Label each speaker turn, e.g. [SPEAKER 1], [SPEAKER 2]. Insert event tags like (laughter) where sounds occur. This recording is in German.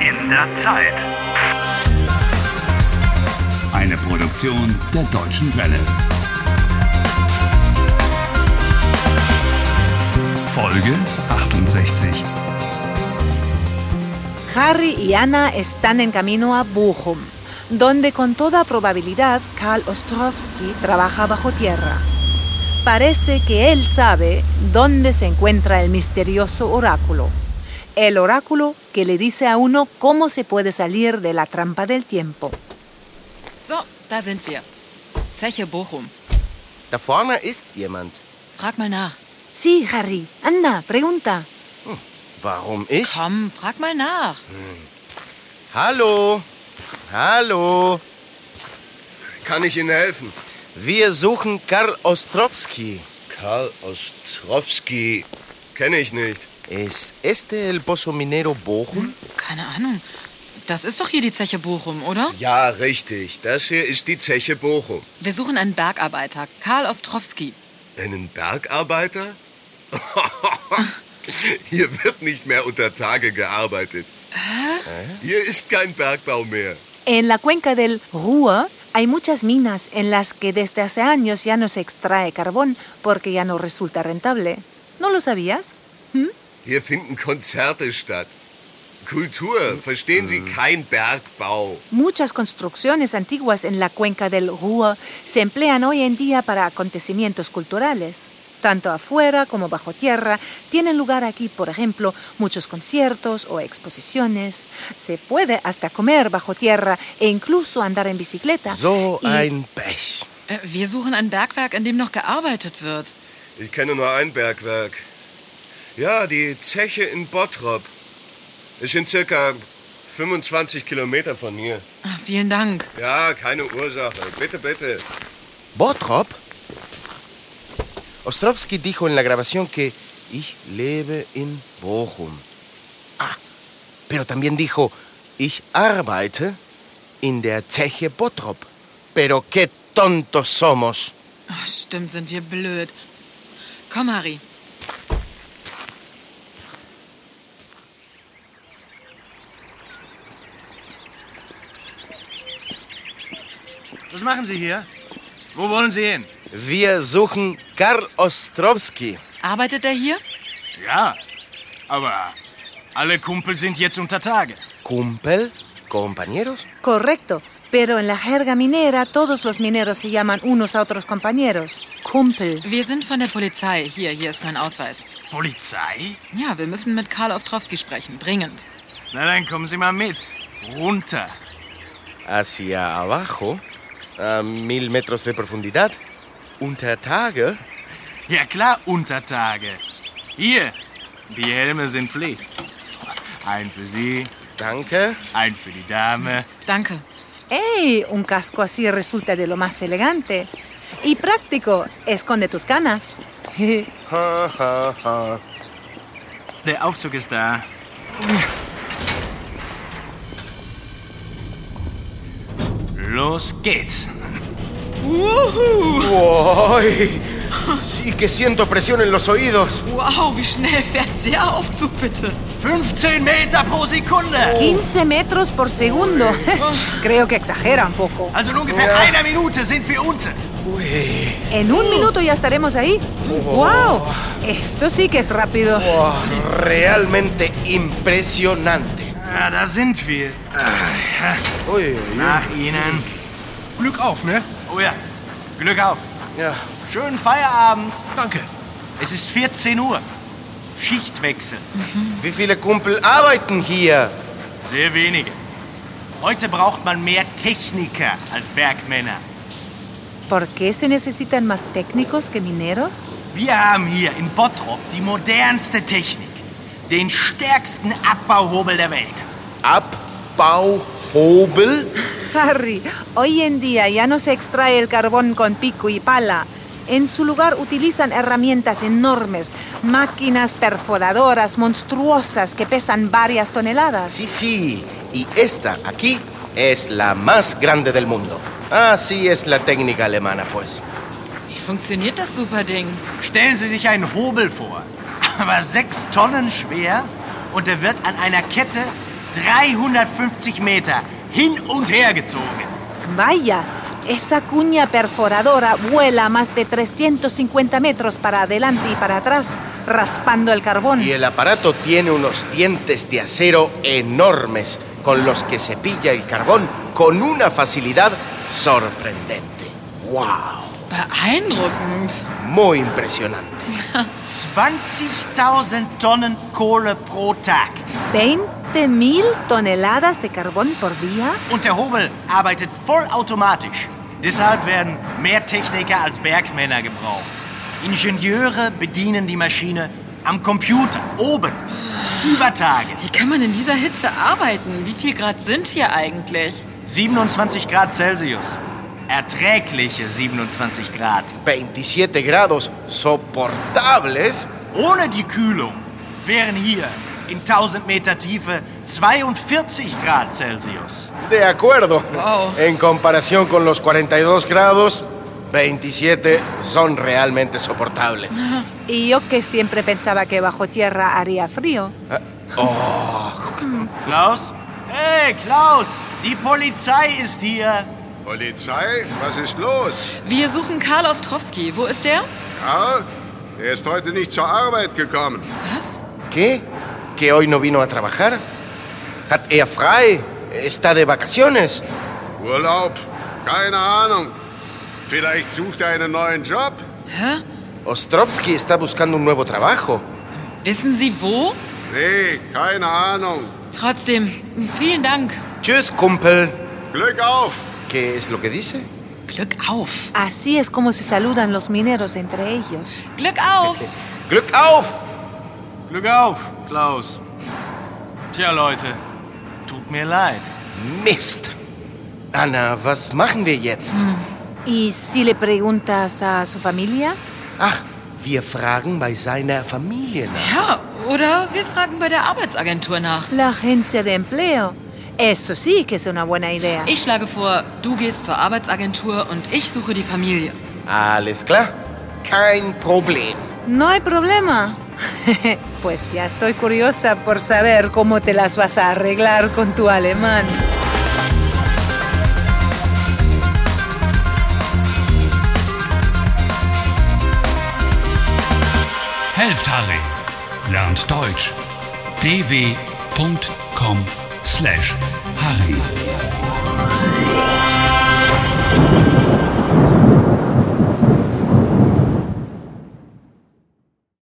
[SPEAKER 1] dieser Zeit.
[SPEAKER 2] Eine Produktion der Deutschen Welle. Folge 68.
[SPEAKER 3] Harry y Anna están en camino a Bochum, donde con toda probabilidad Karl Ostrowski trabaja bajo tierra. Parece que él sabe dónde se encuentra el misterioso oráculo. El oráculo que le dice a uno cómo se puede salir de la trampa del tiempo.
[SPEAKER 4] So, da sind wir. Zeche Bochum.
[SPEAKER 5] Da vorne ist jemand.
[SPEAKER 4] Frag mal nach.
[SPEAKER 3] Sí, Harry, anda, pregunta.
[SPEAKER 5] Warum ich?
[SPEAKER 4] Komm, frag mal nach.
[SPEAKER 5] Hallo. Hallo.
[SPEAKER 6] Kann ich Ihnen helfen?
[SPEAKER 5] Wir suchen Karl Ostrowski.
[SPEAKER 6] Karl Ostrowski. Kenne ich nicht.
[SPEAKER 5] ¿Es este el Pozo Minero Bochum?
[SPEAKER 4] Keine Ahnung. Das ist doch hier die Zeche Bochum, oder?
[SPEAKER 6] Ja, richtig. Das hier ist die Zeche Bochum.
[SPEAKER 4] Wir suchen einen Bergarbeiter, Karl Ostrowski.
[SPEAKER 6] Einen (laughs) Bergarbeiter? Hier wird nicht mehr unter Tage gearbeitet. Hier ist kein Bergbau mehr.
[SPEAKER 3] En la cuenca del Ruhr hay muchas minas en las que desde hace años ya no se extrae carbón porque ya no resulta rentable. ¿No lo sabías?
[SPEAKER 6] Hier finden Konzerte statt. Kultur, verstehen Sie, kein Bergbau.
[SPEAKER 3] Muchas construcciones antiguas en la cuenca del Ruhr se emplean hoy en día para acontecimientos culturales. Tanto afuera como bajo tierra tienen lugar aquí, por ejemplo, muchos conciertos o exposiciones. Se puede hasta comer bajo tierra e incluso andar en bicicleta.
[SPEAKER 5] So
[SPEAKER 3] Y-
[SPEAKER 5] ein Pech.
[SPEAKER 4] Äh, Wir suchen ein Bergwerk, in dem noch gearbeitet wird.
[SPEAKER 6] Ich kenne nur ein Bergwerk. Ja, die Zeche in Bottrop. Es sind circa 25 Kilometer von hier.
[SPEAKER 4] Ah, vielen Dank.
[SPEAKER 6] Ja, keine Ursache. Bitte, bitte.
[SPEAKER 5] ¿Botrop? Ostrowski dijo en la grabación que ich lebe in Bochum. Ah, pero también dijo, ich arbeite in der Zeche Bottrop. Pero qué tontos somos.
[SPEAKER 4] Ah, stimmt, sind wir blöd. Komm, Harry.
[SPEAKER 7] Was machen Sie hier? Wo wollen Sie hin?
[SPEAKER 5] Wir suchen Karl Ostrowski.
[SPEAKER 4] Arbeitet der hier?
[SPEAKER 7] Ja, aber alle Kumpel sind jetzt unter Tage.
[SPEAKER 5] Kumpel, compañeros.
[SPEAKER 3] Correcto, pero en la jerga minera todos los mineros se llaman unos a otros compañeros. Kumpel.
[SPEAKER 4] Wir sind von der Polizei. Hier, hier ist mein Ausweis.
[SPEAKER 7] Polizei?
[SPEAKER 4] Ja, wir müssen mit Karl Ostrowski sprechen. Dringend.
[SPEAKER 7] Na dann kommen Sie mal mit. Runter.
[SPEAKER 5] Hacia abajo, a mil metros de profundidad, unter Tage.
[SPEAKER 7] Ja klar, unter Tage. Hier, die Helme sind Pflicht. Ein für Sie,
[SPEAKER 5] Danke.
[SPEAKER 7] ein für die Dame.
[SPEAKER 4] Danke.
[SPEAKER 3] ¡Ey! Un casco así resulta de lo más elegante. Y práctico, esconde tus canas.
[SPEAKER 5] Ha, ha, ha.
[SPEAKER 7] Der Aufzug ist da. Los geht's.
[SPEAKER 5] Uy, sí que siento presión en los oídos.
[SPEAKER 4] Wow, wie schnell fährt der Aufzug bitte?
[SPEAKER 7] 15 Meter pro Sekunde.
[SPEAKER 3] 15 metros por segundo. (laughs) Creo que exagera un poco.
[SPEAKER 7] Also in ungefähr einer Minute sind wir unten.
[SPEAKER 5] Uy,
[SPEAKER 3] En un minuto ya estaremos ahí. ¡Wow! Esto sí que es rápido.
[SPEAKER 5] oh, realmente impresionante.
[SPEAKER 7] Ja, da sind wir.
[SPEAKER 5] Uy,
[SPEAKER 7] Nach Ihnen. Glück auf, ne? Oh ja, Glück auf.
[SPEAKER 5] ja.
[SPEAKER 7] Schönen Feierabend.
[SPEAKER 6] Danke.
[SPEAKER 7] Es ist 14 Uhr. Schichtwechsel.
[SPEAKER 5] Wie viele Kumpel arbeiten hier?
[SPEAKER 7] Sehr wenige. Heute braucht man mehr Techniker als Bergmänner.
[SPEAKER 3] ¿Por qué se necesitan más técnicos que mineros?
[SPEAKER 7] Wir haben hier in Bottrop die modernste Technik. Den stärksten Abbauhobel der Welt.
[SPEAKER 5] Abbauhobel?
[SPEAKER 3] Harry, hoy en día ya no se extrae el carbón con pico y pala. En su lugar utilizan herramientas enormes, máquinas perforadoras monstruosas que pesan varias toneladas.
[SPEAKER 5] Sí, sí. Y esta aquí es la más grande del mundo. Así es la técnica alemana, pues.
[SPEAKER 4] Wie funktioniert das super Ding?
[SPEAKER 7] Stellen Sie sich einen Hobel vor, aber sechs Tonnen schwer und er wird an einer Kette 350 Meter hin und her gezogen.
[SPEAKER 3] Vaya, esa cuña perforadora vuela más de 350 metros para adelante y para atrás, raspando el carbón.
[SPEAKER 5] Y el aparato tiene unos dientes de acero enormes con los que se pilla el carbón con una facilidad sorprendente. ¡Wow!
[SPEAKER 4] Beeindruckend.
[SPEAKER 5] Muy impresionante.
[SPEAKER 7] 20.000 Tonnen Kohle pro Tag.
[SPEAKER 3] ¿20 mil toneladas de carbón por día?
[SPEAKER 7] Und der Hobel arbeitet vollautomatisch. Deshalb werden mehr Techniker als Bergmänner gebraucht. Ingenieure bedienen die Maschine am Computer, oben, über Tage.
[SPEAKER 4] Wie kann man in dieser Hitze arbeiten? Wie viel Grad sind hier eigentlich?
[SPEAKER 7] 27 Grad Celsius. Erträgliche 27 Grad.
[SPEAKER 5] 27 grados soportables.
[SPEAKER 7] Ohne die Kühlung wären hier in 1000 Meter Tiefe 42 Grad Celsius.
[SPEAKER 5] De acuerdo.
[SPEAKER 4] Wow.
[SPEAKER 5] En comparación con los 42 grados, 27 son realmente soportables.
[SPEAKER 3] Y yo que siempre pensaba que bajo tierra haría frío.
[SPEAKER 7] Klaus? Hey, Klaus! Die Polizei ist hier.
[SPEAKER 1] Polizei, was ist los?
[SPEAKER 4] Wir suchen Karl Ostrowski. Wo ist der?
[SPEAKER 1] Karl? Er ist heute nicht zur Arbeit gekommen.
[SPEAKER 4] Was?
[SPEAKER 5] ¿Qué? ¿Que hoy no vino a trabajar? ¿Hat er frei? ¿Está de vacaciones?
[SPEAKER 1] Urlaub? Keine Ahnung. Vielleicht sucht er einen neuen Job?
[SPEAKER 4] Hä?
[SPEAKER 5] Ostrovsky está buscando un nuevo trabajo.
[SPEAKER 4] Wissen Sie wo?
[SPEAKER 1] Nee, keine Ahnung.
[SPEAKER 4] Trotzdem, vielen Dank.
[SPEAKER 5] Tschüss, Kumpel.
[SPEAKER 1] Glück auf!
[SPEAKER 5] ¿Qué es lo que dice?
[SPEAKER 4] Glück auf.
[SPEAKER 3] Así es como se saludan los mineros entre ellos.
[SPEAKER 4] Glück auf.
[SPEAKER 5] ¡Glück auf!
[SPEAKER 7] Glück auf, Klaus. Tja, Leute, tut mir leid.
[SPEAKER 5] Mist. Anna, was machen wir jetzt?
[SPEAKER 3] ¿Y si le preguntas a su familia?
[SPEAKER 5] Ach, wir fragen bei seiner Familie nach.
[SPEAKER 4] Ja, oder wir fragen bei der Arbeitsagentur nach.
[SPEAKER 3] La agencia de empleo. Eso sí que es una buena idea.
[SPEAKER 4] Ich schlage vor, du gehst zur Arbeitsagentur und ich suche die Familie.
[SPEAKER 5] Alles klar. Kein Problem.
[SPEAKER 3] No hay problema. (laughs) pues ya estoy curiosa por saber cómo te las vas a arreglar con tu alemán.
[SPEAKER 2] Helft Harry. Lernt Deutsch. dw.com/harry.